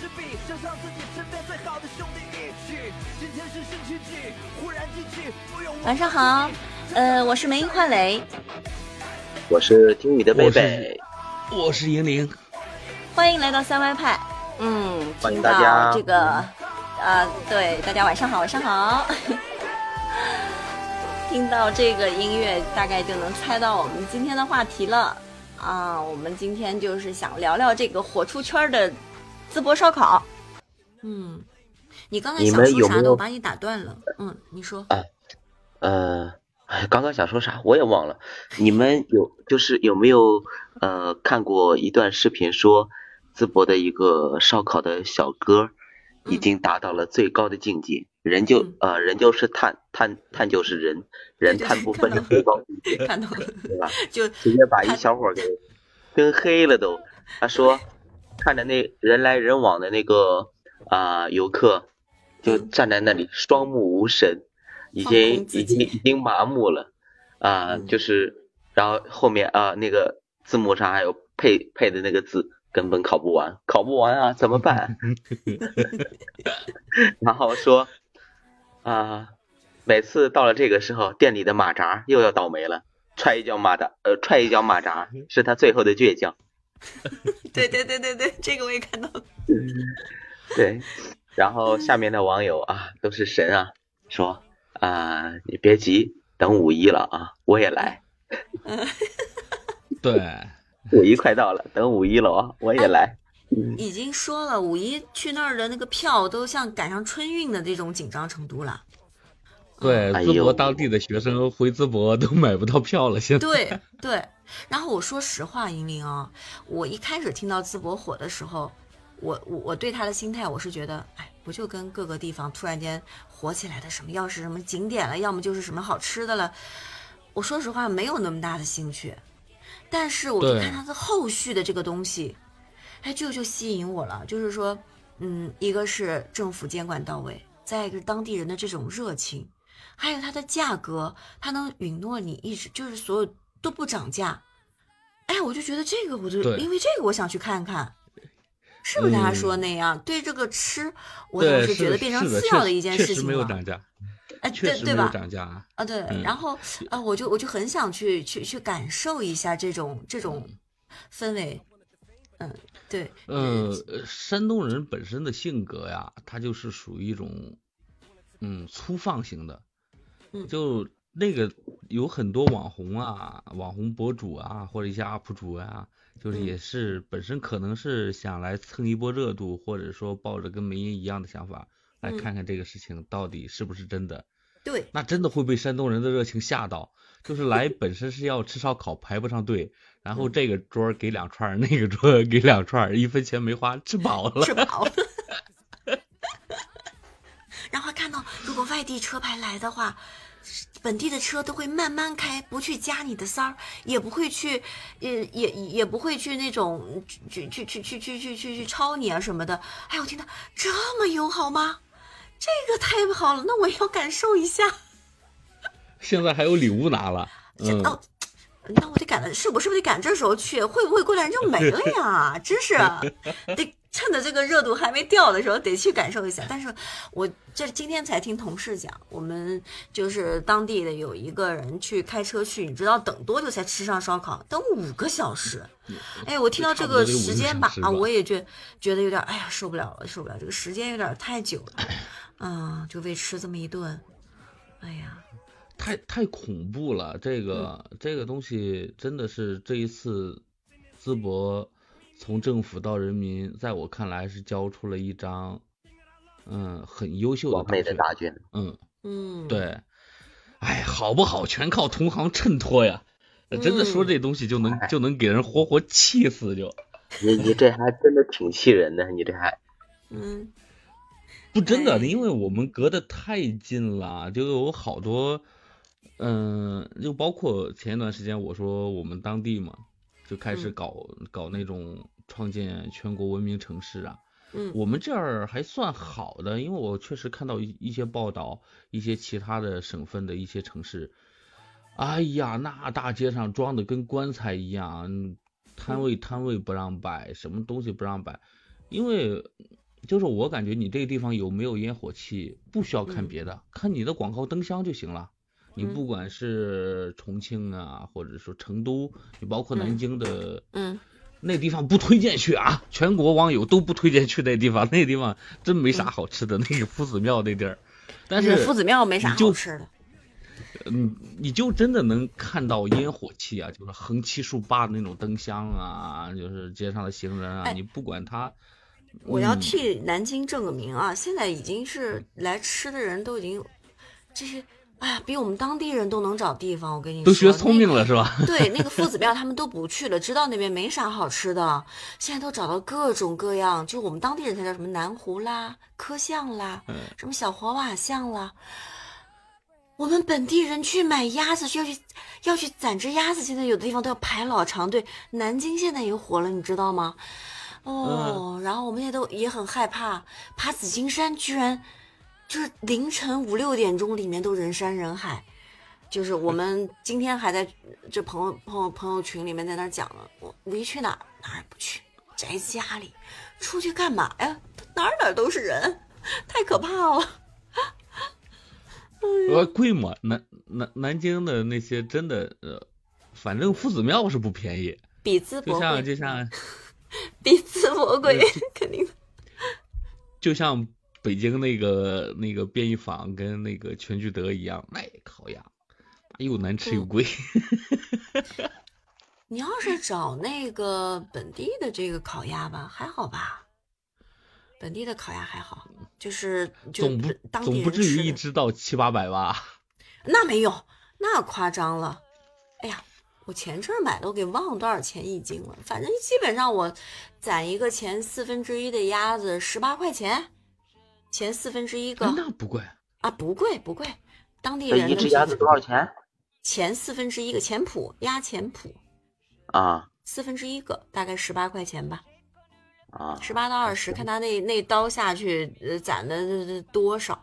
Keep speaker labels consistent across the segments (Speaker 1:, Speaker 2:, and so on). Speaker 1: 之笔，想让自己身边最好的兄弟一起。今天是星期几？忽然记起，不用
Speaker 2: 晚上好，呃，我是梅英焕磊，
Speaker 3: 我是听雨的贝贝，
Speaker 4: 我是银铃，
Speaker 2: 欢迎来到三歪派。嗯，
Speaker 3: 欢迎
Speaker 2: 听
Speaker 3: 大家
Speaker 2: 到这个，呃，对，大家晚上好，晚上好。 听到这个音乐，大概就能猜到我们今天的话题了。啊，我们今天就是想聊聊这个火出圈儿的淄博烧烤。嗯，你刚才
Speaker 3: 你
Speaker 2: 想
Speaker 3: 们
Speaker 2: 说
Speaker 3: 有
Speaker 2: 啥
Speaker 3: 没
Speaker 2: 的，
Speaker 3: 有
Speaker 2: 我把你打断了。嗯，你 说。
Speaker 3: 呃，哎刚刚想说啥我也忘了。你们有就是有没有呃看过一段视频说，淄博的一个烧烤的小哥已
Speaker 2: 嗯
Speaker 3: 经达到了最高的境界，人就
Speaker 2: 嗯
Speaker 3: 呃人就是碳碳碳就是人，人
Speaker 2: 对对
Speaker 3: 碳不
Speaker 2: 看
Speaker 3: 分的
Speaker 2: 到
Speaker 3: 最高境 界，
Speaker 2: 看到了，
Speaker 3: 对吧？
Speaker 2: 就
Speaker 3: 直接把一
Speaker 2: 他
Speaker 3: 小伙儿给跟黑了都。他说，看着那人来人往的那个啊、游客，就
Speaker 2: 嗯
Speaker 3: 站在那里双目无神，已
Speaker 2: 放
Speaker 3: 经
Speaker 2: 空自
Speaker 3: 已经
Speaker 2: 己
Speaker 3: 已经麻木了啊、
Speaker 2: 嗯
Speaker 3: 就是然后后面啊、那个字幕上还有配配的那个字。根本考不完，考不完啊，怎么办？ 然后说，啊、每次到了这个时候，店里的马扎又要倒霉了。踹一脚马扎，呃，踹一脚马扎是他最后的倔强。
Speaker 2: 对对对对对，这个我也看到了。
Speaker 3: 对，然后下面的网友啊，都是神啊，说啊、你别急，等五一了啊，我也来。
Speaker 4: 对，
Speaker 3: 五一快到了，等五一了啊，我也来。
Speaker 2: 已经说了，五一去那儿的那个票都像赶上春运的这种紧张程度了。
Speaker 4: 对，
Speaker 3: 哎
Speaker 4: 淄
Speaker 3: 呦
Speaker 4: 博当地的学生回淄博都买不到票了，现在。
Speaker 2: 对对，然后我说实话，银铃啊，我一开始听到淄博火的时候，我我我对他的心态，我是觉得，哎，不就跟各个地方突然间火起来的什么，要是什么景点了，要么就是什么好吃的了，我说实话没有那么大的兴趣。但是我就
Speaker 4: 对
Speaker 2: 看他的后续的这个东西，哎，这个就吸引我了，就是说，嗯，一个是政府监管到位，再一个是当地人的这种热情，还有它的价格，它能允诺你一直就是所有都不涨价。哎，我就觉得这个，我就
Speaker 4: 对
Speaker 2: 因为这个我想去看看，是不是大家说的那样？对这个吃，我倒
Speaker 4: 嗯对，
Speaker 2: 是觉得变成
Speaker 4: 是的
Speaker 2: 次
Speaker 4: 确
Speaker 2: 要
Speaker 4: 实
Speaker 2: 的一件
Speaker 4: 确
Speaker 2: 事
Speaker 4: 实
Speaker 2: 情
Speaker 4: 没有
Speaker 2: 了
Speaker 4: 涨。价，
Speaker 2: 哎，
Speaker 4: 确
Speaker 2: 对
Speaker 4: 实
Speaker 2: 对
Speaker 4: 没有
Speaker 2: 吧？
Speaker 4: 涨价啊。
Speaker 2: 啊，对，
Speaker 4: 嗯
Speaker 2: 然后呃，我就我就很想去去去感受一下这种这种氛围，嗯，对，
Speaker 4: 呃，呃山东人本身的性格呀，他就是属于一种，嗯，粗放型的
Speaker 2: 嗯，
Speaker 4: 就那个有很多网红啊、网红博主啊，或者一些 UP 主啊，就是
Speaker 2: 嗯
Speaker 4: 也是本身可能是想来蹭一波热度，或者说抱着跟梅姨一样的想法，来
Speaker 2: 嗯
Speaker 4: 看看这个事情到底是不是真的。
Speaker 2: 对，
Speaker 4: 那真的会被山东人的热情吓到，就是 来本身是要吃烧烤排不上队，然后
Speaker 2: 嗯
Speaker 4: 这个桌儿给两串儿，那个桌儿给两串儿，一分钱没花，吃饱了。
Speaker 2: 吃饱了。然后还看到，如果外地车牌来的话，本地的车都会慢慢开，不去夹你的塞儿，也不会去，呃，也也不会去那种去去去去去去去去超你啊什么的。哎，我听到这么友好吗？这个太好了，那我也要感受一下。
Speaker 4: 现在还有礼 物拿了，
Speaker 2: 这
Speaker 4: 嗯，
Speaker 2: 哦，那我得赶的是我是不是得赶这时候去？会不会过两天就没了呀？真是，得趁着这个热度还没掉的时候，得去感受一下。但是我这今天才听同事讲，我们就是当地的有一个人去开车去，你知道等多久才吃上烧烤？等五个小时。哎，我听到这个时间吧，啊，我也觉觉得有点，哎呀，受不了了，受不了，这个时间有点太久了，嗯，就为吃这么一顿，哎呀，
Speaker 4: 太太恐怖了，这个、
Speaker 2: 嗯
Speaker 4: 这个东西真的是这一次淄博从政府到人民，在我看来是交出了一张嗯很优秀的
Speaker 3: 完美的
Speaker 4: 卷
Speaker 3: 答卷，
Speaker 4: 嗯。
Speaker 2: 嗯，。
Speaker 4: 对，哎，好不好全靠同行衬托呀。呃真的说
Speaker 2: 嗯
Speaker 4: 这东西就能、就能给人活活气死就，
Speaker 3: 你你这还真的挺气人的，你这还
Speaker 2: 嗯
Speaker 4: 不真的，
Speaker 2: 哎
Speaker 4: 因为我们隔得太近了，就有好多，嗯、就包括前一段时间我说我们当地嘛，就开始
Speaker 2: 嗯
Speaker 4: 搞、搞那种创建全国文明城市啊，
Speaker 2: 嗯
Speaker 4: 我们这儿还算好的，因为我确实看到一一些报道，一些其他的省份的一些城市，哎呀，那大街上装的跟棺材一样，嗯摊位摊位不让摆，什么东西不让摆，因为就是我感觉你这个地方有没有烟火气，不需要看
Speaker 2: 嗯
Speaker 4: 别的，看你的广告灯箱就行了。你
Speaker 2: 嗯
Speaker 4: 不管是重庆啊，或者说成都，你包括南
Speaker 2: 嗯
Speaker 4: 京的
Speaker 2: 嗯，
Speaker 4: 那地方不推荐去啊，全国网友都不推荐去那地方，那地方真没啥好吃的，那个夫子庙那地儿。但是
Speaker 2: 夫子庙没啥
Speaker 4: 你就
Speaker 2: 好吃的，
Speaker 4: 嗯，你就真的能看到烟火气啊，就是横七竖八的那种灯箱啊，就是街上的行人啊，
Speaker 2: 哎
Speaker 4: 你不管他，
Speaker 2: 我要
Speaker 4: 嗯
Speaker 2: 替南京正个名啊！现在已经是来吃的人都已经，这些哎呀，比我们当地人都能找地方。我跟你说，
Speaker 4: 都学聪
Speaker 2: 那
Speaker 4: 明了是吧？
Speaker 2: 对，那个夫子庙他们都不去了，知道那边没啥好吃的，现在都找到各种各样，就我们当地人才叫什么南湖啦、柯巷啦、什么小火瓦巷啦。我们本地人去买鸭子，需要去要去攒只鸭子，现在有的地方都要排老长队。南京现在也火了，你知道吗？哦，然后我们现在都也很害怕，爬紫金山居然就是凌晨五六点钟，里面都人山人海。就是我们今天还在这朋友朋友朋友群里面在那儿讲了，我五一去哪儿哪儿也不去，宅家里，出去干嘛呀？哪儿哪儿都是人，太可怕 了。
Speaker 4: 呃，贵吗？南南南京的那些真的，呃，反正夫子庙是不便宜，
Speaker 2: 比淄
Speaker 4: 就
Speaker 2: 博
Speaker 4: 像就
Speaker 2: 贵，
Speaker 4: 像
Speaker 2: 比淄博贵
Speaker 4: 呃，
Speaker 2: 肯定的。
Speaker 4: 就像北京那个那个便宜坊跟那个全聚德一样卖烤鸭，又难吃又贵。
Speaker 2: 你要是找那个本地的这个烤鸭吧，还好吧？本地的烤鸭还好，就是就
Speaker 4: 总不
Speaker 2: 当地
Speaker 4: 总不
Speaker 2: 人
Speaker 4: 至
Speaker 2: 吃
Speaker 4: 于一
Speaker 2: 的
Speaker 4: 只到七八百吧？
Speaker 2: 那没有，那夸张了。哎呀，我前阵儿买的，我给忘了多少钱一斤了。反正基本上我攒一个前四分之一的鸭子，十八块钱，前四分之一
Speaker 4: 哎
Speaker 2: 个
Speaker 4: 那不贵，
Speaker 2: 啊，不贵不贵，当地
Speaker 3: 那
Speaker 2: 人
Speaker 3: 一
Speaker 2: 的
Speaker 3: 只鸭子多少钱？
Speaker 2: 前四分之一个前脯鸭前脯
Speaker 3: 啊
Speaker 2: 四分之一个，大概十八块钱吧。
Speaker 3: 啊，
Speaker 2: 十八到二十，看他那那刀下去呃攒的多少，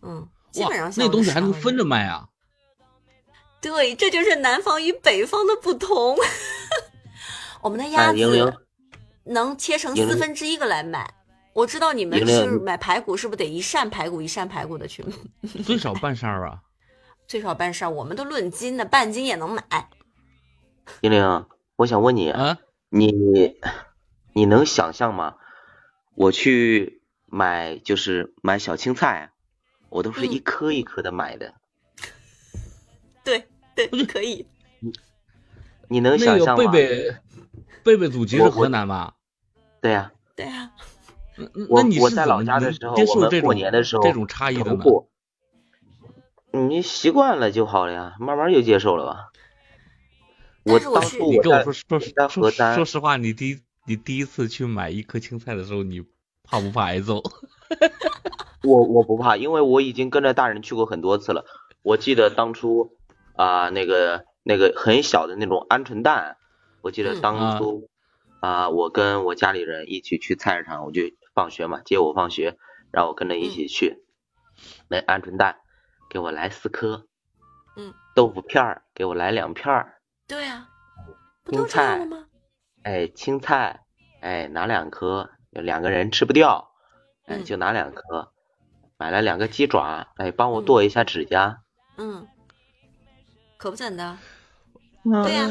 Speaker 2: 嗯，基
Speaker 4: 哇
Speaker 2: 本上，像
Speaker 4: 那
Speaker 2: 我
Speaker 4: 东西
Speaker 2: 十
Speaker 4: 还
Speaker 2: 八
Speaker 4: 能
Speaker 2: 块
Speaker 4: 分
Speaker 2: 钱
Speaker 4: 着卖啊？
Speaker 2: 对，这就是南方与北方的不同。 我们的鸭
Speaker 3: 哎莹莹
Speaker 2: 子能切成
Speaker 3: 莹
Speaker 2: 四
Speaker 3: 莹
Speaker 2: 分之一个来买，我知道你们
Speaker 3: 莹
Speaker 2: 是
Speaker 3: 莹
Speaker 2: 买排骨，是不是得一扇排骨一扇排骨的去买？
Speaker 4: 最少半扇 儿啊！
Speaker 2: 最少半扇，我们都论斤的，半斤也能买。
Speaker 3: 玲玲，我想问你，
Speaker 4: 啊，
Speaker 3: 你你能想象吗？我去买就是买小青菜，啊我都是一颗一颗的买的。
Speaker 2: 对对，可以。
Speaker 3: 你能
Speaker 4: 那
Speaker 3: 想
Speaker 4: 个
Speaker 3: 象
Speaker 4: 贝
Speaker 3: 吗？
Speaker 4: 贝，贝贝祖籍是
Speaker 3: 我
Speaker 4: 河南吧？
Speaker 3: 对呀、
Speaker 2: 对啊，
Speaker 4: 嗯嗯
Speaker 3: 我
Speaker 4: 那你
Speaker 3: 我
Speaker 4: 是
Speaker 3: 在
Speaker 4: 怎
Speaker 3: 老
Speaker 4: 么
Speaker 3: 家的
Speaker 4: 能
Speaker 3: 时候
Speaker 4: 接
Speaker 3: 我
Speaker 4: 受
Speaker 3: 们
Speaker 4: 这
Speaker 3: 过
Speaker 4: 种
Speaker 3: 年的时候
Speaker 4: 这种差异的
Speaker 3: 头
Speaker 4: 呢？
Speaker 3: 过，你习惯了就好了呀，慢慢就接受了吧。
Speaker 2: 但是我
Speaker 3: 当
Speaker 2: 去
Speaker 3: 初
Speaker 4: 你跟我
Speaker 3: 在
Speaker 4: 说说
Speaker 3: 在
Speaker 4: 说
Speaker 3: 河
Speaker 4: 说
Speaker 3: 南
Speaker 4: 说实话，你第一你第一次去买一颗青菜的时候，你怕不怕挨揍？
Speaker 3: 我我不怕，因为我已经跟着大人去过很多次了。我记得当初啊、那个那个很小的那种鹌鹑蛋，我记得
Speaker 2: 嗯
Speaker 3: 当初啊、我跟我家里人一起去菜市场，我就放学嘛，接我放学，然后我跟着一起去，那鹌鹑蛋给我来四颗，
Speaker 2: 嗯，
Speaker 3: 豆腐片儿给我来两片儿，
Speaker 2: 对啊，不
Speaker 3: 青
Speaker 2: 都这样
Speaker 3: 菜
Speaker 2: 了吗？
Speaker 3: 哎，青菜，哎，拿两颗，有两个人吃不掉，哎，
Speaker 2: 嗯
Speaker 3: 就拿两颗，买了两个鸡爪，哎，帮我
Speaker 2: 嗯
Speaker 3: 剁一下指甲。
Speaker 2: 嗯，可不怎的。
Speaker 4: 对
Speaker 2: 呀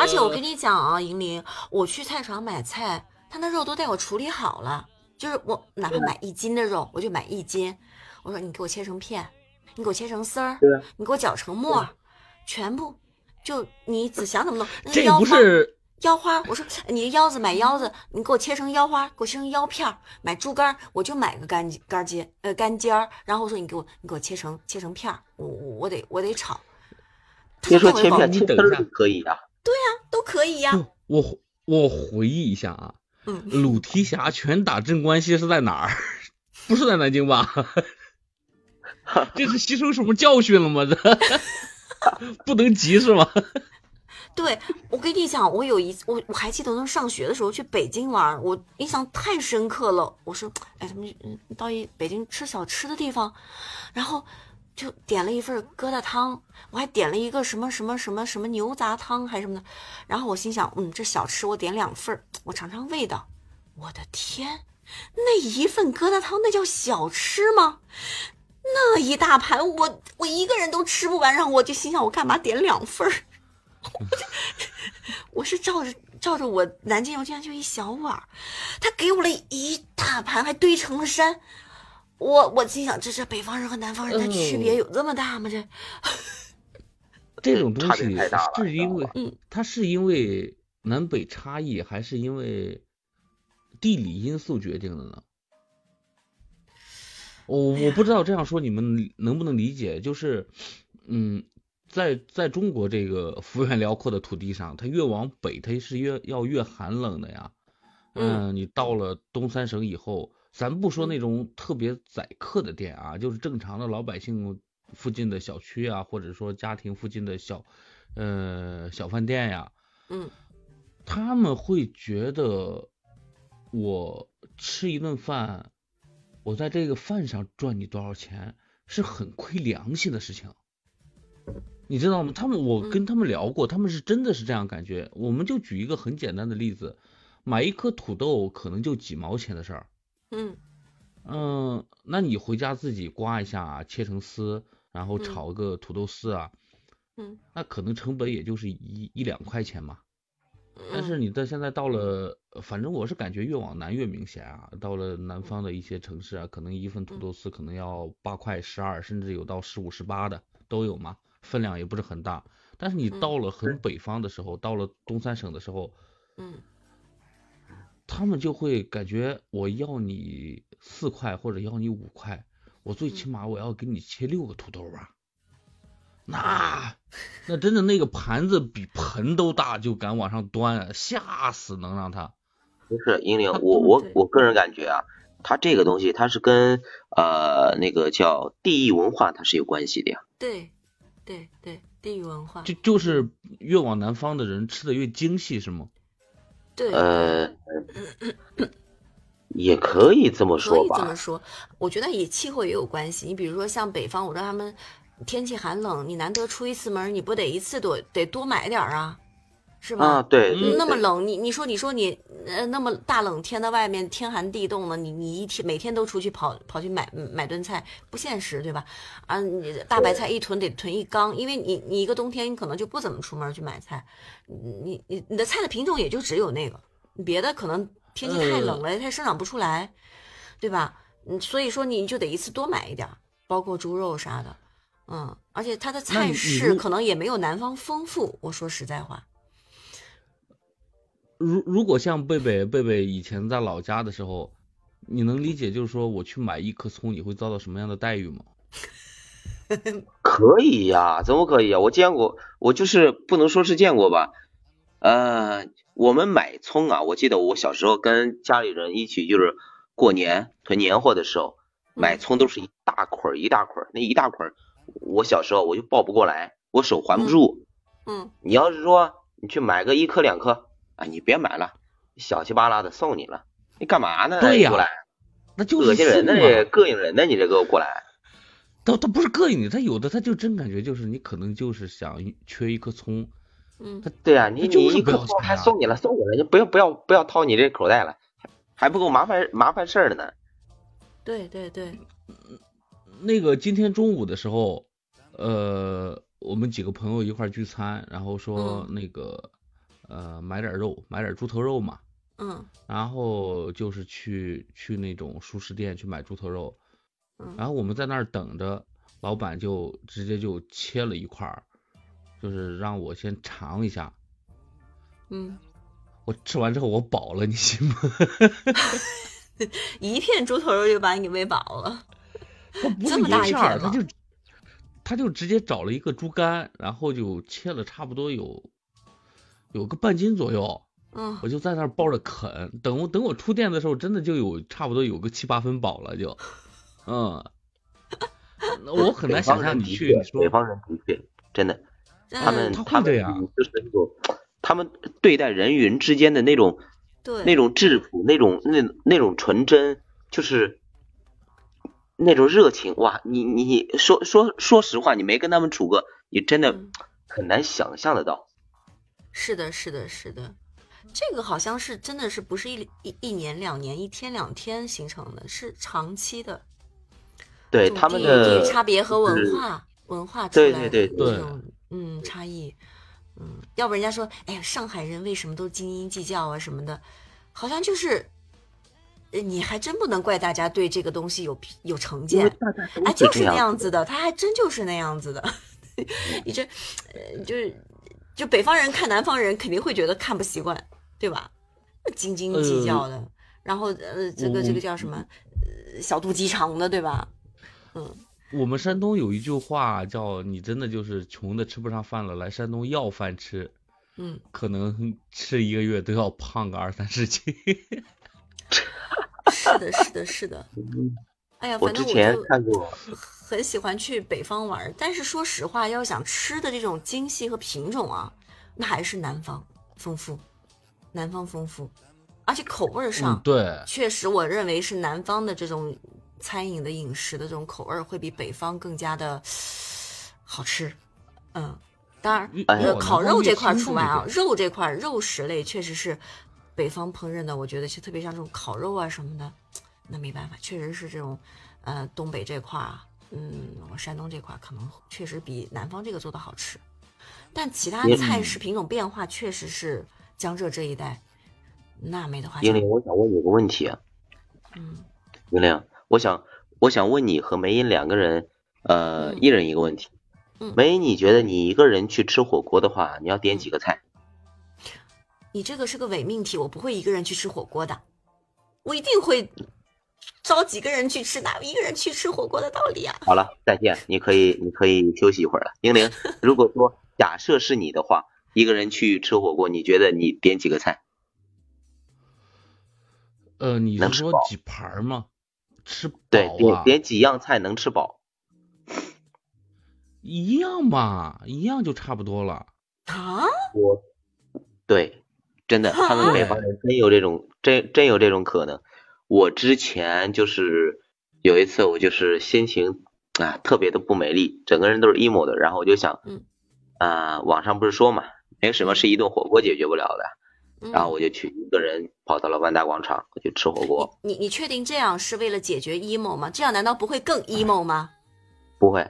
Speaker 2: 而且我跟你讲啊，银玲，我去菜场买菜，他那肉都带我处理好了，就是我哪怕买一斤的肉，我就买一斤。我说你给我切成片，你给我切成丝儿，
Speaker 3: 对啊
Speaker 2: 你给我搅成沫儿，全部就你只想怎么弄。那
Speaker 4: 这
Speaker 2: 腰
Speaker 4: 不
Speaker 2: 花
Speaker 4: 是
Speaker 2: 腰花，我说你腰子买腰子，你给我切成腰花，给我切成腰片儿。买猪肝儿，我就买个干干尖，呃干尖儿。然后我说你给我你给我切成切成片儿，我我我得我得炒。他
Speaker 3: 别
Speaker 2: 就带我
Speaker 3: 说切
Speaker 2: 搞
Speaker 3: 片，嗯
Speaker 4: 你
Speaker 3: 切
Speaker 4: 等
Speaker 3: 丝儿
Speaker 4: 一下
Speaker 3: 就可以呀、啊
Speaker 2: 都可以呀、
Speaker 4: 不我回我回忆一下啊，
Speaker 2: 嗯，
Speaker 4: 鲁提辖拳打镇关西是在哪儿？ 不是在南京吧？这是吸收什么教训了吗？这 不能急是吗？
Speaker 2: 对，我跟你讲，我有一次，我我还记得我上学的时候去北京玩儿，我印象太深刻了。我说，哎，咱们嗯到一北京吃小吃的地方，然后就点了一份疙瘩汤，我还点了一个什么什么什么什么牛杂汤还是什么的。然后我心想，嗯，这小吃我点两份儿，我尝尝味道。我的天，那一份疙瘩汤那叫小吃吗？那一大盘我我一个人都吃不完，然后我就心想我干嘛点两份儿？ 我是照着照着我南京油煎就一小碗儿，他给我了一大盘，还堆成了山。我我心想，这是北方人和南方人的区
Speaker 4: 嗯
Speaker 2: 别有这么大吗？这
Speaker 4: 这种东
Speaker 3: 差别
Speaker 4: 西
Speaker 3: 太大了
Speaker 4: 是因为
Speaker 2: 嗯，
Speaker 4: 它是因为南北差异，还是因为地理因素决定的呢？我我不知道这样说你们能不能理解，就是，嗯，在在中国这个幅员辽阔的土地上，它越往北，它是越要越寒冷的呀。
Speaker 2: 嗯
Speaker 4: 嗯，你到了东三省以后，咱不说那种特别宰客的店啊，就是正常的老百姓附近的小区啊，或者说家庭附近的小呃小饭店呀、
Speaker 2: 嗯
Speaker 4: 他们会觉得我吃一顿饭，我在这个饭上赚你多少钱是很亏良心的事情，你知
Speaker 2: 嗯
Speaker 4: 道吗？他们我跟他们聊过，他们是真的是这样感觉。我们就举一个很简单的例子，买一颗土豆可能就几毛钱的事儿，
Speaker 2: 嗯
Speaker 4: 嗯，那你回家自己刮一下啊，切成丝，然后
Speaker 2: 嗯
Speaker 4: 炒个土豆丝啊，
Speaker 2: 嗯，
Speaker 4: 那可能成本也就是一一两块钱嘛。但是
Speaker 2: 嗯
Speaker 4: 你到现在到了，呃反正我是感觉越往南越明显啊。到了南方的一些城市啊，可能一份土
Speaker 2: 嗯
Speaker 4: 豆丝可能要八块、十二，甚至有到十五、十八的都有嘛，分量也不是很大。但是你
Speaker 2: 嗯
Speaker 4: 到了很北方的时候，到了东三省的时候，
Speaker 2: 嗯
Speaker 4: 他们就会感觉我要你四块或者要你五块，我最
Speaker 2: 嗯
Speaker 4: 起码我要给你切六个土豆吧。那那真的那个盘子比盆都大，就敢往上端啊，吓死能让他。
Speaker 3: 不是英玲
Speaker 4: 它，
Speaker 3: 我我
Speaker 2: 对
Speaker 3: 我个人感觉啊，它这个东西它是跟呃那个叫地域文化它是有关系的呀。
Speaker 2: 对对对，地域文化
Speaker 4: 就就是越往南方的人吃的越精细是吗？
Speaker 2: 对嗯
Speaker 3: 呃，也可以这么
Speaker 2: 可
Speaker 3: 说
Speaker 2: 以这么
Speaker 3: 吧。
Speaker 2: 说，我觉得也气候也有关系。你比如说像北方，我知道他们天气寒冷，你难得出一次门，你不得一次多得多买点儿啊，是吧？嗯
Speaker 3: 啊，对，
Speaker 4: 嗯
Speaker 3: 对
Speaker 2: 那么
Speaker 3: 对
Speaker 2: 冷，你你说你说你呃那么大冷天的外面天寒地冻的，你你一天每天都出去跑跑去买买顿菜不现实对吧？啊，你大白菜一囤得囤一缸，因为你你一个冬天你可能就不怎么出门去买菜，你你你的菜的品种也就只有那个，别的可能天气太
Speaker 4: 嗯
Speaker 2: 冷了，它生长不出来，对吧？嗯，所以说你就得一次多买一点儿，包括猪肉啥的，嗯，而且它的
Speaker 4: 那
Speaker 2: 菜
Speaker 4: 你
Speaker 2: 式
Speaker 4: 如
Speaker 2: 可能也没有南方丰富，我说实在话，
Speaker 4: 如如果像贝贝贝贝以前在老家的时候，你能理解就是说我去买一颗葱，你会遭到什么样的待遇吗？
Speaker 3: 可以呀，怎么可以呀？我见过，我就是不能说是见过吧。呃，我们买葱啊，我记得我小时候跟家里人一起就是过年囤年货的时候，买葱都是一大捆儿一大捆儿，那一大捆儿，我小时候我就抱不过来，我手还不住。
Speaker 2: 嗯
Speaker 3: 你要是说你去买个一颗两颗，啊，你别买了，小气巴拉的送你了，你干嘛呢？
Speaker 4: 对呀
Speaker 3: 过来，
Speaker 4: 那就是
Speaker 3: 恶心人呢，
Speaker 4: 送
Speaker 3: 这
Speaker 4: 啊
Speaker 3: 膈应人呢，你这给我过来。
Speaker 4: 他他不是膈应你，他有的他就真感觉就是你可能就是想缺一颗葱，
Speaker 2: 嗯
Speaker 3: 对啊，你
Speaker 4: 那就
Speaker 3: 你
Speaker 4: 是
Speaker 3: 一
Speaker 4: 不
Speaker 3: 颗
Speaker 4: 要
Speaker 3: 葱
Speaker 4: 钱
Speaker 3: 还
Speaker 4: 啊
Speaker 3: 送你了，送我了，就不要不要不要掏你这口袋了，还不够麻烦麻烦事儿的呢。
Speaker 2: 对对对，
Speaker 4: 那个今天中午的时候，呃，我们几个朋友一块儿聚餐，然后说那个、呃买点肉，买点猪头肉嘛，
Speaker 2: 嗯
Speaker 4: 然后就是去去那种熟食店去买猪头肉，
Speaker 2: 嗯
Speaker 4: 然后我们在那儿等着，老板就直接就切了一块儿，就是让我先尝一下。
Speaker 2: 嗯，
Speaker 4: 我吃完之后我饱了，你信吗？
Speaker 2: 一片猪头肉就把你给喂饱了。
Speaker 4: 它 不
Speaker 2: 这
Speaker 4: 是
Speaker 2: 么大一
Speaker 4: 片
Speaker 2: 片
Speaker 4: 儿，他
Speaker 2: 吗
Speaker 4: 就他就直接找了一个猪肝，然后就切了差不多有有个半斤左右，
Speaker 2: 嗯
Speaker 4: 我就在那儿抱着啃。等我等我出店的时候，真的就有差不多有个七八分饱了，就嗯，那我很难
Speaker 3: 北方
Speaker 4: 想象
Speaker 3: 人
Speaker 4: 你
Speaker 3: 的
Speaker 4: 去
Speaker 3: 确北
Speaker 4: 你说
Speaker 3: 方人的确真的，他们
Speaker 2: 嗯
Speaker 4: 他会
Speaker 3: 他们
Speaker 4: 这样
Speaker 3: 就是那种，他们对待人与人之间的那种
Speaker 2: 对
Speaker 3: 那种质朴，那种那那种纯真，就是那种热情。哇，你你你说说说实话，你没跟他们处过，你真的
Speaker 2: 嗯
Speaker 3: 很难想象得到。
Speaker 2: 是的，是的，是的。这个好像是真的是不是一一一年两年一天两天形成的，是长期的。
Speaker 3: 对
Speaker 2: 种
Speaker 3: 他们
Speaker 2: 地域地域
Speaker 3: 的
Speaker 2: 差别和
Speaker 3: 就是
Speaker 2: 文化文化出
Speaker 3: 对
Speaker 2: 来
Speaker 3: 对
Speaker 2: 的
Speaker 3: 对
Speaker 2: 这
Speaker 4: 对
Speaker 2: 种嗯差异，嗯，要不人家说，哎呀，上海人为什么都斤斤计较啊什么的，好像就是，呃你还真不能怪大家对这个东西有有成
Speaker 3: 因
Speaker 2: 见，
Speaker 3: 为大家都
Speaker 2: 哎，
Speaker 3: 是
Speaker 2: 就是
Speaker 3: 这
Speaker 2: 那
Speaker 3: 样
Speaker 2: 样
Speaker 3: 子
Speaker 2: 子的，他还真就是那样子的， 你这，呃，就是就北方人看南方人肯定会觉得看不习惯，对吧？斤斤计
Speaker 4: 呃
Speaker 2: 较的，然后呃，这个这个
Speaker 4: 我
Speaker 2: 叫什么，
Speaker 3: 嗯
Speaker 2: 呃小肚鸡肠的，对吧？
Speaker 4: 我们山东有一句话叫“你真的就是穷的吃不上饭了，来山东要饭吃
Speaker 2: 嗯。”，
Speaker 4: 可能吃一个月都要胖个二三十斤。
Speaker 2: 是的，是的，是的。哎呀，
Speaker 3: 嗯我
Speaker 2: 反
Speaker 3: 之
Speaker 2: 正我
Speaker 3: 前
Speaker 2: 就啊
Speaker 3: 看过，
Speaker 2: 很喜欢去北方玩儿，但是说实话，要想吃的这种精细和品种啊，那还是南方丰富，南方丰富，而且口味儿上，
Speaker 4: 嗯，对，
Speaker 2: 确实我认为是南方的这种餐饮的饮食的这种口味儿会比北方更加的好吃。嗯，当然，
Speaker 4: 越
Speaker 3: 哎
Speaker 2: 呃，
Speaker 4: 往
Speaker 2: 烤
Speaker 4: 南方
Speaker 2: 肉
Speaker 4: 越
Speaker 2: 这块儿
Speaker 4: 清
Speaker 2: 除
Speaker 4: 淡
Speaker 2: 外
Speaker 4: 一
Speaker 2: 啊，
Speaker 4: 点
Speaker 2: 肉这块儿肉食类确实是北方烹饪的，我觉得是特别像这种烤肉啊什么的，那没办法，确实是这种，呃，东北这块儿啊，嗯，我山东这块儿可能确实比南方这个做的好吃，但其他
Speaker 3: 也
Speaker 4: 嗯
Speaker 2: 菜式品种变化确实是江浙这一带，那没得话
Speaker 3: 英
Speaker 2: 讲
Speaker 3: 玲，，我想问你个问题啊，
Speaker 2: 嗯，
Speaker 3: 英玲，我想我想问你和梅姨两个人，呃，
Speaker 2: 嗯
Speaker 3: 一人一个问题。
Speaker 2: 嗯
Speaker 3: 梅姨，你觉得你一个人去吃火锅的话，你要点几个菜？
Speaker 2: 你这个是个伪命题，我不会一个人去吃火锅的，我一定会招几个人去吃，哪有一个人去吃火锅的道理啊？
Speaker 3: 好了，再见，你可以你可以休息一会儿了。英 玲，如果说假设是你的话，一个人去吃火锅，你觉得你点几个菜？
Speaker 4: 呃，你
Speaker 3: 能
Speaker 4: 是
Speaker 3: 吃
Speaker 4: 说
Speaker 3: 饱
Speaker 4: 几盘儿吗？吃饱
Speaker 3: 对，点
Speaker 4: 啊，
Speaker 3: 点几样菜能吃饱？
Speaker 4: 一样吧，一样就差不多了。
Speaker 2: 啊？
Speaker 3: 我，对，真的，他们北 方人真有这种，真真有这种可能。我之前就是有一次，我就是心情啊特别的不美丽，整个人都是 emo 的，然后我就想
Speaker 2: 嗯，
Speaker 3: 啊，网上不是说嘛，没有什么是一顿火锅解决不了的，
Speaker 2: 嗯
Speaker 3: 然后我就去一个人跑到了万达广场，我去吃火锅，
Speaker 2: 你你确定这样是为了解决 emo 吗？这样难道不会更
Speaker 3: 哎
Speaker 2: emo 吗？
Speaker 3: 不会，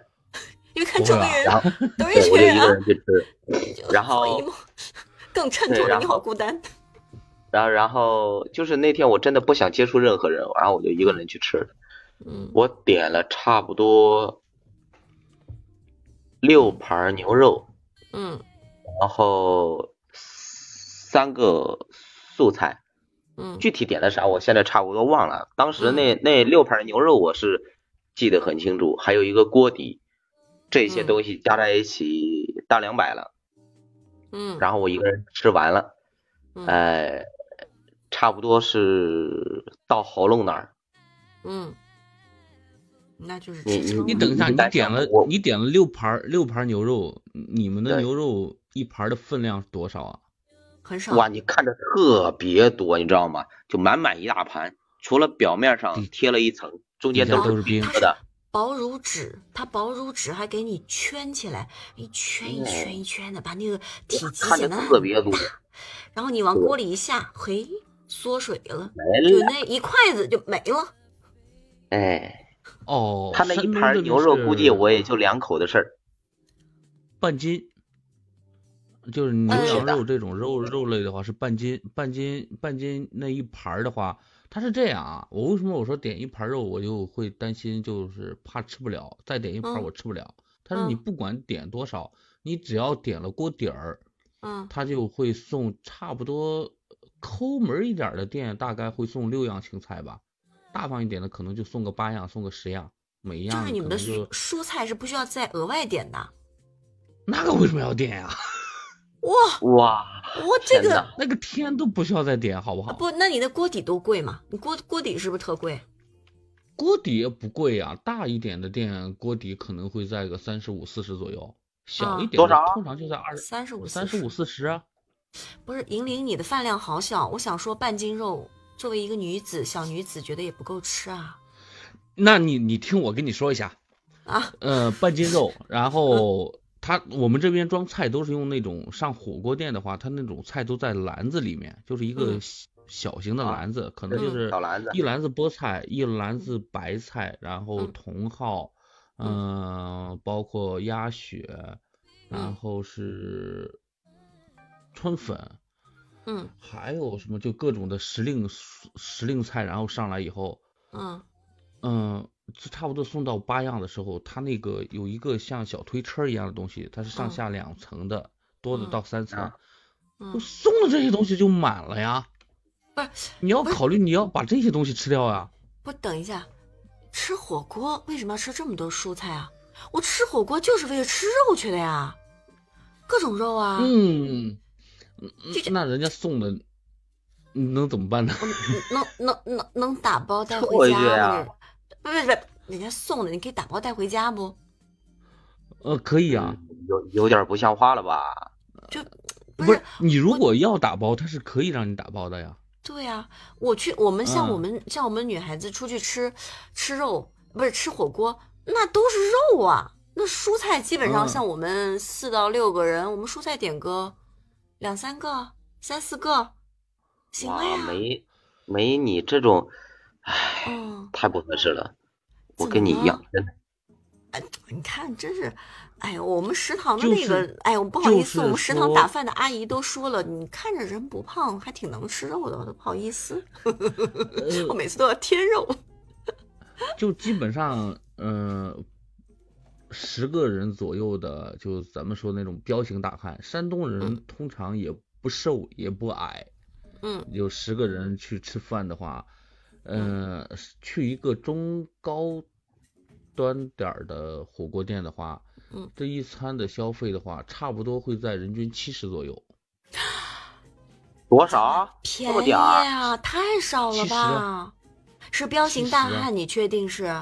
Speaker 2: 因为看
Speaker 4: 不
Speaker 2: 周
Speaker 4: 会
Speaker 2: 围
Speaker 4: 啊
Speaker 2: 人
Speaker 3: 然后
Speaker 2: 都是
Speaker 3: 对，
Speaker 2: 一群人
Speaker 3: 我就一个
Speaker 2: 啊，
Speaker 3: 人去吃。
Speaker 2: 就
Speaker 3: 然
Speaker 2: 好
Speaker 3: 后
Speaker 2: emo，更衬托
Speaker 3: 对
Speaker 2: 了
Speaker 3: 然
Speaker 2: 你好孤单。
Speaker 3: 然后，然后就是那天我真的不想接触任何人，然后我就一个人去吃的。
Speaker 2: 嗯
Speaker 3: 我点了差不多六盘牛肉，
Speaker 2: 嗯
Speaker 3: 然后三个素菜，
Speaker 2: 嗯
Speaker 3: 具体点的啥我现在差不多忘了。当时那那六盘牛肉我是记得很清楚，还有一个锅底，这些
Speaker 2: 嗯
Speaker 3: 东西加在一起大两百了。
Speaker 2: 嗯，
Speaker 3: 然后我一个人吃完了，
Speaker 2: 嗯
Speaker 3: 哎，差不多是到喉咙那儿。
Speaker 2: 嗯，那就是
Speaker 3: 你
Speaker 2: 支撑
Speaker 4: 你
Speaker 2: 了。
Speaker 4: 等一下，
Speaker 3: 你
Speaker 4: 你
Speaker 3: 敢
Speaker 4: 点
Speaker 3: 想
Speaker 4: 了
Speaker 3: 我
Speaker 4: 你点了六盘儿六盘儿牛肉，你们的
Speaker 3: 对
Speaker 4: 牛肉一盘儿的分量是多少啊？
Speaker 2: 很少。
Speaker 3: 哇，你看着特别多，你知道吗？就满满一大盘，除了表面上
Speaker 4: 底
Speaker 3: 贴了一层，中间
Speaker 4: 底下
Speaker 3: 都
Speaker 4: 都是冰
Speaker 3: 冰
Speaker 2: 啊
Speaker 3: 的。
Speaker 2: 薄如纸，它薄如纸还给你圈起来，一圈一
Speaker 3: 对
Speaker 2: 圈一圈的，把那个体积
Speaker 3: 嗯看着
Speaker 2: 显得很
Speaker 3: 特别 多
Speaker 2: 大，然后你往
Speaker 3: 对
Speaker 2: 锅里一下，嘿，缩水了，
Speaker 3: 没
Speaker 2: 就
Speaker 3: 了，
Speaker 2: 那一筷子就没了。
Speaker 3: 哎，
Speaker 4: 哦，
Speaker 3: 他那
Speaker 4: 山
Speaker 3: 一
Speaker 4: 东
Speaker 3: 盘
Speaker 4: 这
Speaker 3: 牛
Speaker 4: 就
Speaker 3: 肉估计
Speaker 4: 是
Speaker 3: 我也就两口的事儿。
Speaker 4: 半斤，就是牛
Speaker 2: 呃
Speaker 4: 羊肉这种肉肉类的话是半斤，半斤半斤那一盘儿的话，它是这样啊。我为什么我说点一盘肉我就会担心，就是怕吃不了，再点一盘儿
Speaker 2: 嗯
Speaker 4: 我吃不了。但是你
Speaker 2: 嗯
Speaker 4: 不管点多少，你只要点了锅底儿，
Speaker 2: 嗯
Speaker 4: 它就会送差不多抠门儿一点儿的店大概会送六样青菜吧，大方一点的可能就送个八样，送个十样，每一
Speaker 2: 就
Speaker 4: 样
Speaker 2: 是你
Speaker 4: 可
Speaker 2: 们的
Speaker 4: 能就
Speaker 2: 蔬蔬菜是不需要再额外点的。
Speaker 4: 那个为什么要点呀、
Speaker 2: 哇，
Speaker 3: 哇，
Speaker 2: 我这
Speaker 3: 天
Speaker 2: 个啊
Speaker 3: 哪
Speaker 4: 那个天都不需要再点，好不好？
Speaker 2: 不，那你的锅底多贵嘛？你锅锅底是不是特贵？
Speaker 4: 锅底也不贵呀、大一点的店锅底可能会在个三十五、四十左右，小一
Speaker 2: 啊
Speaker 4: 点的
Speaker 3: 多少
Speaker 4: 通常就在二
Speaker 2: 三十五，
Speaker 4: 三十五、四十啊。
Speaker 2: 不是银铃，你的饭量好小。我想说，半斤肉作为一个女子，小女子觉得也不够吃啊
Speaker 4: 那你你听我跟你说一下，
Speaker 2: 啊！嗯
Speaker 4: 呃，半斤肉，然后它他我们这边装菜都是用那种上火锅店的话，他那种菜都在篮子里面，就是一个
Speaker 2: 嗯
Speaker 4: 小小型的
Speaker 3: 啊
Speaker 4: 篮子，可能
Speaker 2: 嗯
Speaker 4: 就是
Speaker 3: 小篮子
Speaker 4: 一篮子菠菜，一篮子白菜，然后
Speaker 2: 嗯
Speaker 4: 茼蒿，嗯，包括鸭血，然
Speaker 2: 嗯
Speaker 4: 后是春粉，
Speaker 2: 嗯
Speaker 4: 还有什么就各种的时令时令菜，然后上来以后，
Speaker 2: 嗯
Speaker 4: 嗯，就差不多送到八样的时候，它那个有一个像小推车一样的东西，它是上
Speaker 2: 嗯
Speaker 4: 下两层的，多的
Speaker 2: 嗯
Speaker 4: 到三层。
Speaker 3: 啊
Speaker 2: 嗯
Speaker 4: 我，送的这些东西就满了呀，
Speaker 2: 不是，
Speaker 4: 你要
Speaker 2: 不是
Speaker 4: 考虑你要把这些东西吃掉啊呀。
Speaker 2: 不等一下，吃火锅为什么要吃这么多蔬菜啊？我吃火锅就是为了吃肉去的呀，各种肉啊。
Speaker 4: 嗯，
Speaker 2: 就这
Speaker 4: 那人家送的，你能怎么办呢？
Speaker 2: 能能能能打包带
Speaker 3: 凑
Speaker 2: 回
Speaker 3: 一
Speaker 2: 家
Speaker 3: 句
Speaker 2: 吗
Speaker 3: 啊？
Speaker 2: 不不不，人家送的，你可以打包带回家不？
Speaker 4: 呃，可以啊，
Speaker 3: 嗯有有点不像话了吧？
Speaker 2: 就不
Speaker 4: 不
Speaker 2: 是
Speaker 4: 你如果要打包，它是可以让你打包的呀。
Speaker 2: 对呀、我去我们像
Speaker 4: 嗯
Speaker 2: 我们、像我们女孩子出去吃吃肉，不是吃火锅，那都是肉啊。那蔬菜基本上
Speaker 4: 嗯
Speaker 2: 像我们四到六个人，我们蔬菜点个两三个、三四个，行了
Speaker 3: 哇，
Speaker 2: 呀。
Speaker 3: 没没你这种，唉，
Speaker 2: 嗯，
Speaker 3: 太不合适了。我
Speaker 2: 怎
Speaker 3: 跟你
Speaker 2: 么
Speaker 3: 一样，真的。
Speaker 2: 你看，真是，哎呦，我们食堂的
Speaker 4: 就
Speaker 2: 那个
Speaker 4: 是，
Speaker 2: 哎呦，不好意
Speaker 4: 就
Speaker 2: 思，
Speaker 4: 是
Speaker 2: 我们食堂打
Speaker 4: 说
Speaker 2: 饭的阿姨都说了，你看着人不胖，还挺能吃肉的，我都不好意思，
Speaker 3: 呃
Speaker 2: 我每次都要添肉。
Speaker 4: 就基本上，嗯、十个人左右的，就咱们说那种彪形大汉，山东人通常也不瘦也不矮，
Speaker 2: 嗯
Speaker 4: 有十个人去吃饭的话，嗯、去一个中高端点儿的火锅店的话，
Speaker 2: 嗯，
Speaker 4: 这一餐的消费的话，差不多会在人均七十左右，
Speaker 3: 多少？
Speaker 2: 便
Speaker 3: 这么
Speaker 2: 宜
Speaker 3: 点儿？
Speaker 2: 啊，太少了
Speaker 4: 70
Speaker 2: 吧？是彪形大
Speaker 4: 70啊
Speaker 2: 汉，你确定是？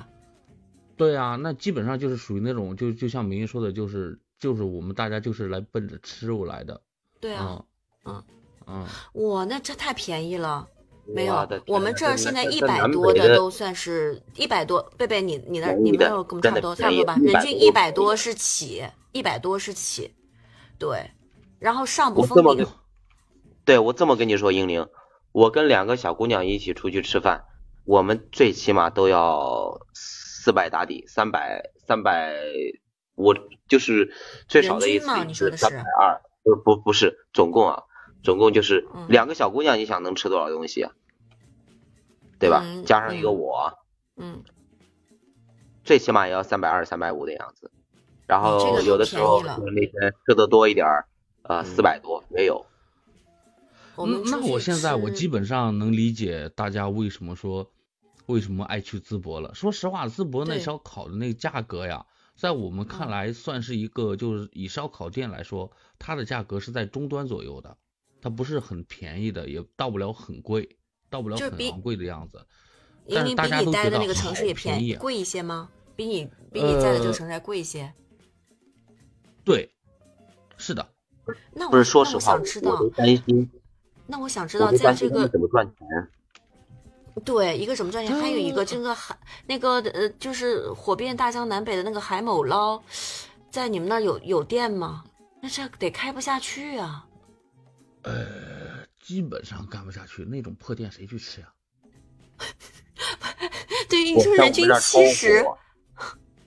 Speaker 4: 对啊，那基本上就是属于那种，就就像明一说的，就是就是我们大家就是来奔着吃肉来的，
Speaker 2: 对啊，
Speaker 4: 嗯
Speaker 2: 嗯
Speaker 4: 嗯，
Speaker 2: 哇，那这太便宜了。没
Speaker 3: 我
Speaker 2: 有
Speaker 3: 的，
Speaker 2: 我
Speaker 3: 天
Speaker 2: 们
Speaker 3: 呐
Speaker 2: 这儿现在
Speaker 3: 这
Speaker 2: 一
Speaker 3: 这
Speaker 2: 百
Speaker 3: 南
Speaker 2: 多
Speaker 3: 北
Speaker 2: 的都算是一百多。贝贝，你你那儿
Speaker 3: 便
Speaker 2: 你
Speaker 3: 宜
Speaker 2: 们
Speaker 3: 的
Speaker 2: 那儿跟我们
Speaker 3: 真
Speaker 2: 差不
Speaker 3: 的
Speaker 2: 多，差
Speaker 3: 便
Speaker 2: 不多
Speaker 3: 宜
Speaker 2: 吧？
Speaker 3: 100
Speaker 2: 人均
Speaker 3: 多
Speaker 2: 一百多是起，一百多是起。对，然后上不
Speaker 3: 我
Speaker 2: 封
Speaker 3: 这么
Speaker 2: 顶
Speaker 3: 跟，对我这么跟你说，英玲，我跟两个小姑娘一起出去吃饭，我们最起码都要四百打底，三百三百，我就是最少的一
Speaker 2: 人均
Speaker 3: 次
Speaker 2: 吗你说的是
Speaker 3: 三百二，不不不是，总共啊，总共就是
Speaker 2: 嗯
Speaker 3: 两个小姑娘，你想能吃多少东西啊？对吧？
Speaker 2: 嗯
Speaker 3: 加上一个
Speaker 2: 嗯
Speaker 3: 我，
Speaker 2: 嗯，
Speaker 3: 最起码也要三百二、三百五的样子。然
Speaker 2: 哦这
Speaker 3: 后
Speaker 2: 个
Speaker 3: 有
Speaker 2: 都
Speaker 3: 的时
Speaker 2: 便
Speaker 3: 候
Speaker 2: 宜了嗯
Speaker 3: 就是那天吃的多一点儿，呃，四百多也有。
Speaker 2: 我们
Speaker 4: 嗯那那
Speaker 2: 出去
Speaker 4: 我现在我
Speaker 2: 吃
Speaker 4: 基本上能理解大家为什么说为什么爱去淄博了。说实话，淄博那
Speaker 2: 对
Speaker 4: 烧烤的那个价格呀，在我们看
Speaker 2: 嗯
Speaker 4: 来算是一个就是以烧烤店来说，它的价格是在中端左右的，它不是很便宜的，也到不了很贵，到不了
Speaker 2: 就是
Speaker 4: 很
Speaker 2: 比
Speaker 4: 昂贵的样子。但
Speaker 2: 因为
Speaker 4: 是大
Speaker 2: 比
Speaker 4: 家
Speaker 2: 你
Speaker 4: 都
Speaker 2: 待
Speaker 4: 觉
Speaker 2: 的
Speaker 4: 得
Speaker 2: 那个城市也
Speaker 4: 好便
Speaker 2: 便
Speaker 4: 宜啊
Speaker 2: 贵一些吗？比你比你在的这个
Speaker 4: 呃
Speaker 2: 城市还贵一些？
Speaker 4: 对，是的，
Speaker 2: 那我
Speaker 3: 不是，说
Speaker 2: 那
Speaker 3: 实
Speaker 2: 我
Speaker 3: 话，
Speaker 2: 想知
Speaker 3: 我
Speaker 2: 道
Speaker 3: 都，担心，
Speaker 2: 那我想知道，
Speaker 3: 我都
Speaker 2: 在
Speaker 3: 担心
Speaker 2: 这
Speaker 3: 他们
Speaker 2: 个
Speaker 3: 怎么赚钱。
Speaker 2: 对一个什么赚钱，还有一个
Speaker 4: 呃
Speaker 2: 这个海那个呃，就是火遍大江南北的那个海某捞，在你们那儿有有店吗？那这得开不下去啊！
Speaker 4: 呃，基本上干不下去，那种破店谁去吃啊呀？
Speaker 2: 对于你
Speaker 3: 我
Speaker 2: 说
Speaker 3: 像
Speaker 2: 人
Speaker 3: 我们
Speaker 2: 均
Speaker 3: 这儿超
Speaker 2: 七十，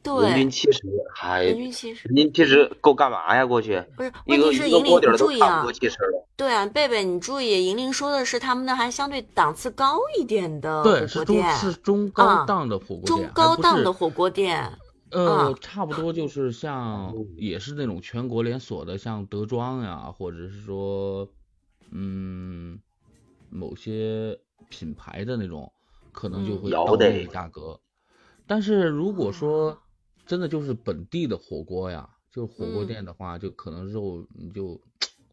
Speaker 3: 火人均
Speaker 2: 对，
Speaker 3: 七十，还
Speaker 2: 人
Speaker 3: 人
Speaker 2: 均七十，
Speaker 3: 均七十够干嘛呀？过去
Speaker 2: 不是问
Speaker 3: 一个
Speaker 2: 题是
Speaker 3: 一个
Speaker 2: 引
Speaker 3: 锅底
Speaker 2: 领
Speaker 3: 儿都
Speaker 2: 注意
Speaker 3: 差不
Speaker 2: 啊
Speaker 3: 多，七十了。
Speaker 2: 对啊，贝贝你注意，银铃说的是他们那还相对档次高一点的哦火
Speaker 4: 对，是
Speaker 2: 锅
Speaker 4: 中
Speaker 2: 店，
Speaker 4: 是中
Speaker 2: 啊
Speaker 4: 高档的火锅店，
Speaker 2: 中
Speaker 4: 还
Speaker 2: 高
Speaker 4: 不
Speaker 2: 档
Speaker 4: 是
Speaker 2: 的火锅店，
Speaker 4: 呃
Speaker 2: 啊，
Speaker 4: 差不多就是像
Speaker 3: 哦
Speaker 4: 也是那种全国连锁的，像德庄呀，或者是说，嗯，某些品牌的那种，可能就
Speaker 2: 嗯
Speaker 4: 会
Speaker 3: 有
Speaker 4: 到那
Speaker 3: 的
Speaker 4: 个价格。但是如果
Speaker 2: 哦
Speaker 4: 说真的就是本地的火锅呀，就火锅
Speaker 2: 嗯
Speaker 4: 店的话，就可能肉你就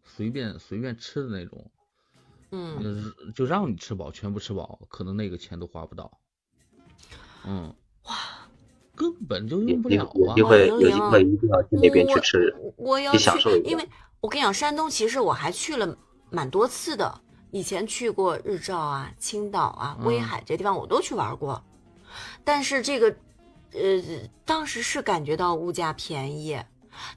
Speaker 4: 随便随便吃的那种，
Speaker 2: 嗯。
Speaker 4: 就是就让你吃饱，全部吃饱，可能那个钱都花不到。嗯，哇，根本就
Speaker 3: 有
Speaker 4: 用不了
Speaker 3: 有有
Speaker 4: 啊
Speaker 3: 机。会，
Speaker 2: 哦
Speaker 3: 有机
Speaker 2: 零
Speaker 3: 会一定要去那边去吃。
Speaker 2: 我我要
Speaker 3: 去享
Speaker 2: 去
Speaker 3: 受一，下嗯
Speaker 2: 因为我跟你讲，山东其实我还去了蛮多次的，以前去过日照啊、青岛啊、威
Speaker 4: 嗯
Speaker 2: 海这些地方我都去玩过，但是这个，呃，当时是感觉到物价便宜，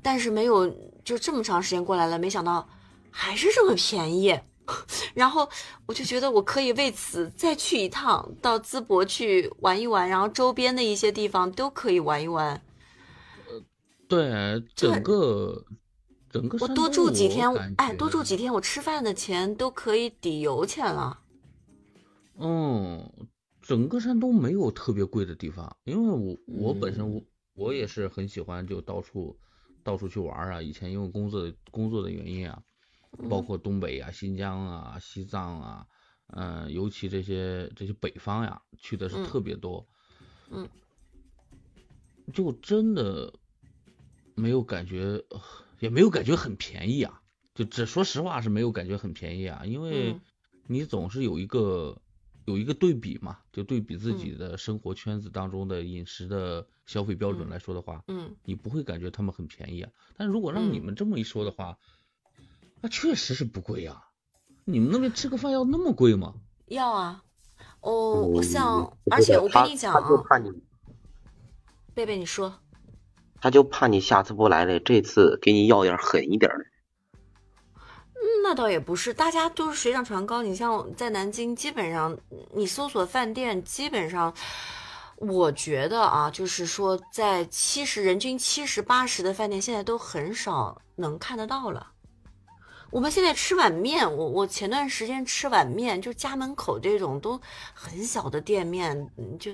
Speaker 2: 但是没有就这么长时间过来了，没想到还是这么便宜。 然后我就觉得我可以为此再去一趟，到淄博去玩一玩，然后周边的一些地方都可以玩一玩。
Speaker 4: 对，整个整个
Speaker 2: 我
Speaker 4: 山
Speaker 2: 多
Speaker 4: 东
Speaker 2: 住几天
Speaker 4: 感，
Speaker 2: 哎，
Speaker 4: 觉
Speaker 2: 多住几天，我吃饭的钱都可以抵油钱了。
Speaker 4: 嗯，整个山东没有特别贵的地方，因为我我本
Speaker 2: 嗯
Speaker 4: 身我我也是很喜欢就到处到处去玩儿啊。以前因为工作的工作的原因啊，
Speaker 2: 嗯
Speaker 4: 包括东北啊、新疆啊、西藏啊，嗯、尤其这些这些北方呀，去的是
Speaker 2: 嗯
Speaker 4: 特别多。
Speaker 2: 嗯
Speaker 4: 就真的没有感觉，呃也没有感觉很便宜啊。就只说实话是没有感觉很便宜啊，因为
Speaker 2: 嗯
Speaker 4: 你总是有一个有一个对比嘛，就对比
Speaker 2: 嗯
Speaker 4: 自己的生活圈子当中的饮食的消费标准
Speaker 2: 嗯
Speaker 4: 来说的话，
Speaker 2: 嗯，
Speaker 4: 你不会感觉他们很便宜啊。但如果让你
Speaker 2: 嗯
Speaker 4: 们这么一说的话，那确实是不贵啊。你们那边吃个饭要那么贵吗？
Speaker 2: 要啊。哦，我
Speaker 3: 嗯
Speaker 2: 想，
Speaker 3: 不
Speaker 2: 而
Speaker 3: 是
Speaker 2: 且
Speaker 3: 的
Speaker 2: 我
Speaker 3: 他
Speaker 2: 跟你讲
Speaker 3: 他就
Speaker 2: 啊，
Speaker 3: 怕你，
Speaker 2: 贝贝，你说，
Speaker 3: 他就怕你下次不来了，这次给你要点狠一点的。
Speaker 2: 那倒也不是，大家都是水涨船高。你像在南京，基本上你搜索饭店，基本上我觉得啊，就是说在七十人均七十八十的饭店，现在都很少能看得到了。我们现在吃碗面，我我前段时间吃碗面，就家门口这种都很小的店面，嗯就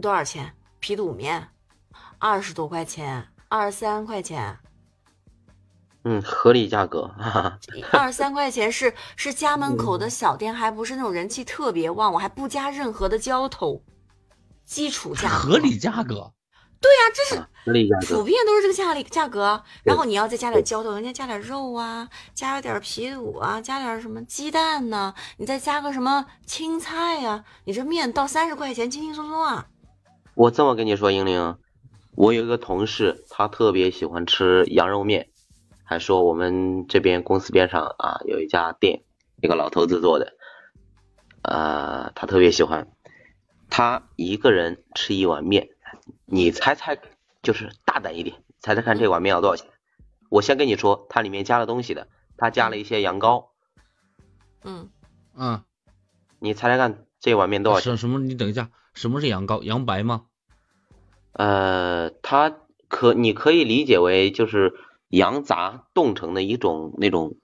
Speaker 2: 多少钱？皮肚面二十多块钱，二十三块钱。
Speaker 3: 嗯，合理价格，哈哈。
Speaker 2: 二十三块钱是是家门口
Speaker 4: 嗯
Speaker 2: 的小店，还不是那种人气特别旺，我还不加任何的浇头，基础价格
Speaker 4: 合理啊价格，
Speaker 2: 对呀、这是
Speaker 3: 合理价
Speaker 2: 普
Speaker 3: 格。
Speaker 2: 遍都是这个价里价格啊。然后你要再加点浇头，人家加点肉啊，加点皮肚啊，加点什么鸡蛋呐、你再加个什么青菜呀、你这面到三十块钱轻轻松松啊。
Speaker 3: 我这么跟你说，英玲，我有一个同事，他特别喜欢吃羊肉面，还说我们这边公司边上啊有一家店，一个老头子做的，呃，他特别喜欢，他一个人吃一碗面，你猜猜，就是大胆一点，猜猜看这碗面要多少钱？我先跟你说，它里面加了东西的，它加了一些羊羔，
Speaker 2: 嗯，
Speaker 4: 嗯，
Speaker 3: 你猜猜看这碗面多少钱？
Speaker 4: 什什么？你等一下，什么是羊羔？羊白吗？
Speaker 3: 呃，它可你可以理解为就是羊杂冻成的一种那种，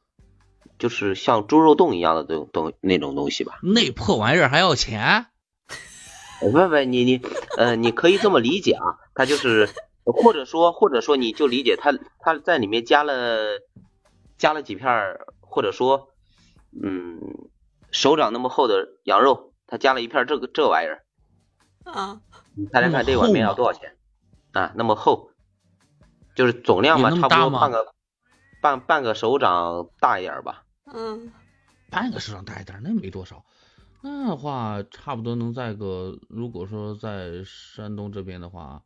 Speaker 3: 就是像猪肉冻一样的东东那种东西吧。
Speaker 4: 那破玩意儿还要钱？
Speaker 3: 呃不不，你你呃，你可以这么理解啊，它就是或者说或者说你就理解它它在里面加了加了几片儿，或者说嗯手掌那么厚的羊肉，它加了一片儿这个这玩意儿，
Speaker 2: 啊，
Speaker 3: 你猜猜看这碗面要多少钱？啊，那么厚，就是总量吧，
Speaker 4: 有那
Speaker 3: 差不
Speaker 4: 么大
Speaker 3: 多
Speaker 4: 吗
Speaker 3: 半个半半个手掌大一点儿吧。
Speaker 2: 嗯，
Speaker 4: 半个市场大一点，那没多少。那的话，差不多能在个，如果说在山东这边的话，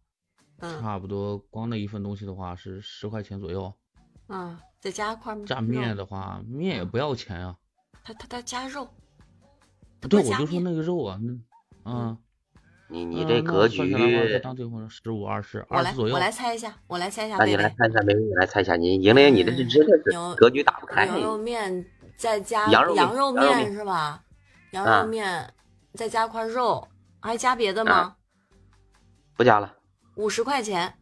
Speaker 2: 嗯
Speaker 4: 差不多光那一份东西的话是十块钱左右。
Speaker 2: 嗯，再加一块肉
Speaker 4: 蘸面，的话，面也不要钱啊。
Speaker 2: 他他他加肉，它
Speaker 4: 不对，
Speaker 2: 不
Speaker 4: 我
Speaker 2: 加
Speaker 4: 就说
Speaker 2: 面嗯
Speaker 4: 那个肉啊，那啊，
Speaker 3: 你
Speaker 4: 嗯
Speaker 3: 你这
Speaker 4: 那
Speaker 3: 格
Speaker 4: 算
Speaker 3: 局
Speaker 4: 下，来的话在当地话十五二十，
Speaker 2: 我
Speaker 4: 二
Speaker 2: 来
Speaker 4: 十左右
Speaker 2: 我。来猜一下，我来猜一下，
Speaker 3: 那
Speaker 2: 贝
Speaker 3: 你来
Speaker 2: 贝。
Speaker 3: 看一下，没你来猜一下，你赢了你这是真的
Speaker 2: 牛
Speaker 3: 是格局打不开。
Speaker 2: 牛肉面再加
Speaker 3: 羊肉面
Speaker 2: 肉
Speaker 3: 羊肉
Speaker 2: 面
Speaker 3: 面
Speaker 2: 是吧？羊
Speaker 3: 啊
Speaker 2: 肉面再加块肉，还加别的吗
Speaker 3: 啊？不加了，
Speaker 2: 五十块钱，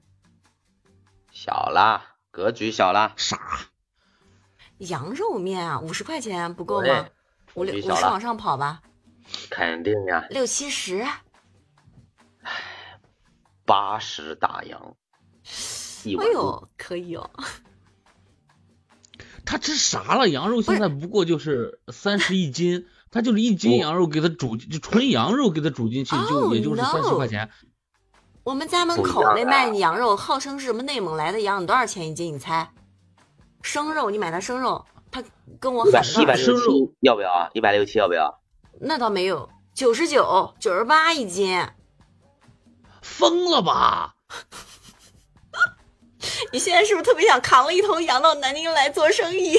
Speaker 3: 小啦，格局小啦，
Speaker 4: 傻，
Speaker 2: 羊肉面啊，五十块钱不够吗
Speaker 3: 对？
Speaker 2: 五
Speaker 3: 格
Speaker 2: 六
Speaker 3: 局
Speaker 2: 五
Speaker 3: 小
Speaker 2: 十
Speaker 3: 了
Speaker 2: 往，上跑吧，
Speaker 3: 肯定呀，
Speaker 2: 六七十，
Speaker 3: 八十大洋。一
Speaker 2: 哎
Speaker 3: 碗肉，
Speaker 2: 呦，可以哦，
Speaker 4: 他吃啥了？羊肉现在不过就是三十一斤，他就是一斤
Speaker 3: 我
Speaker 4: 羊肉给他煮，就纯羊肉给他煮进去，就也
Speaker 2: Oh,
Speaker 4: 就是
Speaker 2: no
Speaker 4: 三十块钱。
Speaker 2: 我们家门
Speaker 3: 不一
Speaker 2: 口
Speaker 3: 样
Speaker 2: 那
Speaker 3: 啊
Speaker 2: 卖羊肉，号称是什么内蒙来的羊，你多少钱一斤？你猜？生肉，你买它生肉，他跟我
Speaker 3: 一百
Speaker 2: 喊
Speaker 3: 一
Speaker 2: 价
Speaker 3: 百
Speaker 4: 生
Speaker 3: 六
Speaker 4: 肉
Speaker 3: 七要不要啊？一百六七要不要？
Speaker 2: 那倒没有，九十九、九十八一斤。
Speaker 4: 疯了吧？
Speaker 2: 你现在是不是特别想扛了一头羊到南京来做生意？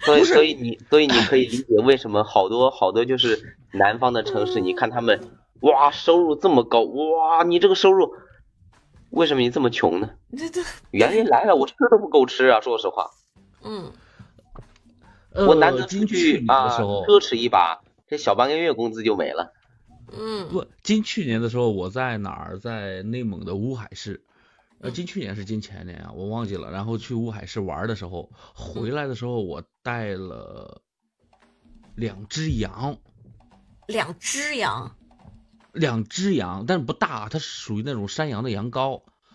Speaker 3: 所以
Speaker 4: 不是
Speaker 3: 所以你所以你可以理解为什么好多好多就是南方的城市，你看他们哇收入这么高，哇你这个收入为什么你这么穷呢？
Speaker 2: 对对，
Speaker 3: 原因来了，我吃都不够吃啊！说实话，
Speaker 2: 嗯，
Speaker 3: 我难
Speaker 4: 呃
Speaker 3: 得出
Speaker 4: 金
Speaker 3: 去
Speaker 4: 去年
Speaker 3: 啊
Speaker 4: 的时候，
Speaker 3: 奢侈一把，这小半个月工资就没了。
Speaker 2: 嗯，
Speaker 4: 不，金去年的时候我在哪儿？在内蒙的乌海市。呃，
Speaker 2: 嗯
Speaker 4: 金去年是金前年啊，我忘记了。然后去乌海市玩的时候，回
Speaker 2: 嗯
Speaker 4: 来的时候我带了两只羊，
Speaker 2: 两只羊，
Speaker 4: 两只羊，但是不大，它是属于那种山羊的羊羔。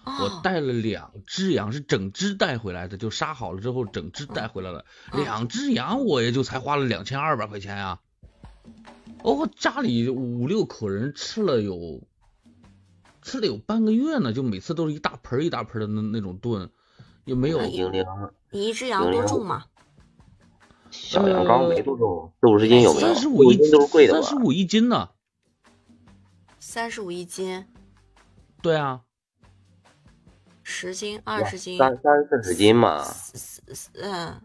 Speaker 4: 我
Speaker 2: 哦，
Speaker 4: 带了两只羊，是整只带回来的，就杀好了之后整只带回来了。
Speaker 2: 嗯
Speaker 4: 两只羊我也就才花了两千二百块钱啊。哦，家里五六口人吃了有，吃了有半个月呢，就每次都是一大盆儿一大盆儿的那那种炖，也没有
Speaker 3: 零零
Speaker 2: 你一只羊多重嘛？
Speaker 3: 小羊羔没多重，四五十斤有没有？
Speaker 4: 三十五一
Speaker 3: 斤都是贵的吧
Speaker 4: 三？十五一斤呢。
Speaker 2: 三十五一斤，
Speaker 4: 对啊，
Speaker 2: 十斤，二十斤，
Speaker 3: 三三四十斤嘛，
Speaker 2: 嗯，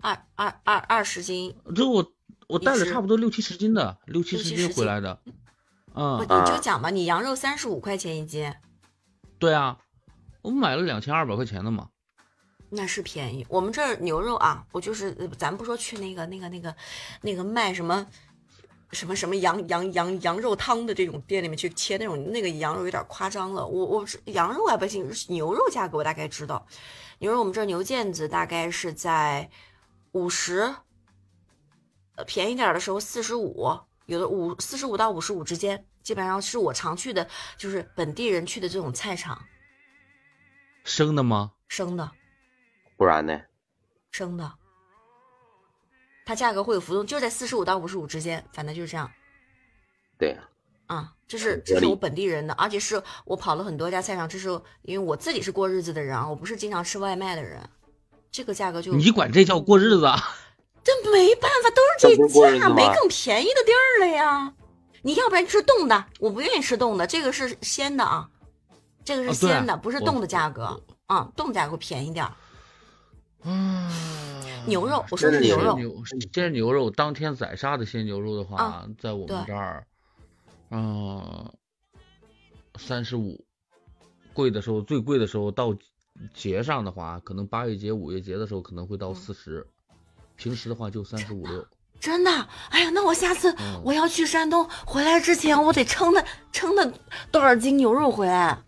Speaker 2: 二二二二十斤，
Speaker 4: 这我我带了
Speaker 2: 一只
Speaker 4: 差不多六七十斤的，六七
Speaker 2: 六七
Speaker 4: 十
Speaker 2: 十
Speaker 4: 斤
Speaker 2: 斤
Speaker 4: 回来的。
Speaker 2: 我
Speaker 4: 嗯，
Speaker 2: 你就讲吧，你羊肉三十五块钱一斤，
Speaker 4: 对啊，我买了两千二百块钱的嘛。
Speaker 2: 那是便宜。我们这儿牛肉啊，我就是呃咱不说去那个那个那个那个卖什么什么什么羊羊羊羊肉汤的这种店里面去切那种那个羊肉有点夸张了。我我是羊肉还不行，牛肉价格我大概知道。牛肉我们这儿牛腱子大概是在五十，呃，便宜点儿的时候四十五，有的五四十五到五十五之间，基本上是我常去的，就是本地人去的这种菜场
Speaker 4: 生的吗？
Speaker 2: 生的。
Speaker 3: 不然呢？
Speaker 2: 生的，它价格会有浮动，就是在四十五到五十五之间，反正就是这样
Speaker 3: 对，
Speaker 2: 啊。这是
Speaker 3: 合
Speaker 2: 这是我
Speaker 3: 理
Speaker 2: 本地人的，而且是我跑了很多家菜场，这是因为我自己是过日子的人啊，我不是经常吃外卖的人，这个价格就
Speaker 4: 你管这叫过日子啊？
Speaker 2: 这没办法，
Speaker 3: 这
Speaker 2: 都是
Speaker 3: 不是过
Speaker 2: 这
Speaker 3: 日
Speaker 2: 价，
Speaker 3: 子
Speaker 2: 没
Speaker 3: 吗
Speaker 2: 更便宜的地儿了呀。你要不然吃冻的，我不愿意吃冻的，这个是鲜的啊，这个是
Speaker 4: 哦对啊
Speaker 2: 鲜的，不是
Speaker 4: 我
Speaker 2: 冻的价格啊，冻价格会便宜点儿。
Speaker 4: 啊，
Speaker 2: 嗯牛肉我说
Speaker 3: 的是牛
Speaker 2: 肉
Speaker 4: 牛鲜牛肉，当天宰杀的鲜牛肉的话，
Speaker 2: 啊
Speaker 4: 在我
Speaker 2: 对
Speaker 4: 们这儿，嗯、3三十五，贵的时候最贵的时候到节上的话，可能八月节、五月节的时候可能会
Speaker 2: 嗯
Speaker 4: 到四十、平时的话就三十五六。
Speaker 2: 真的，哎呀，那我下次
Speaker 4: 嗯
Speaker 2: 我要去山东回来之前，我得称那称那多少斤牛肉回来？啊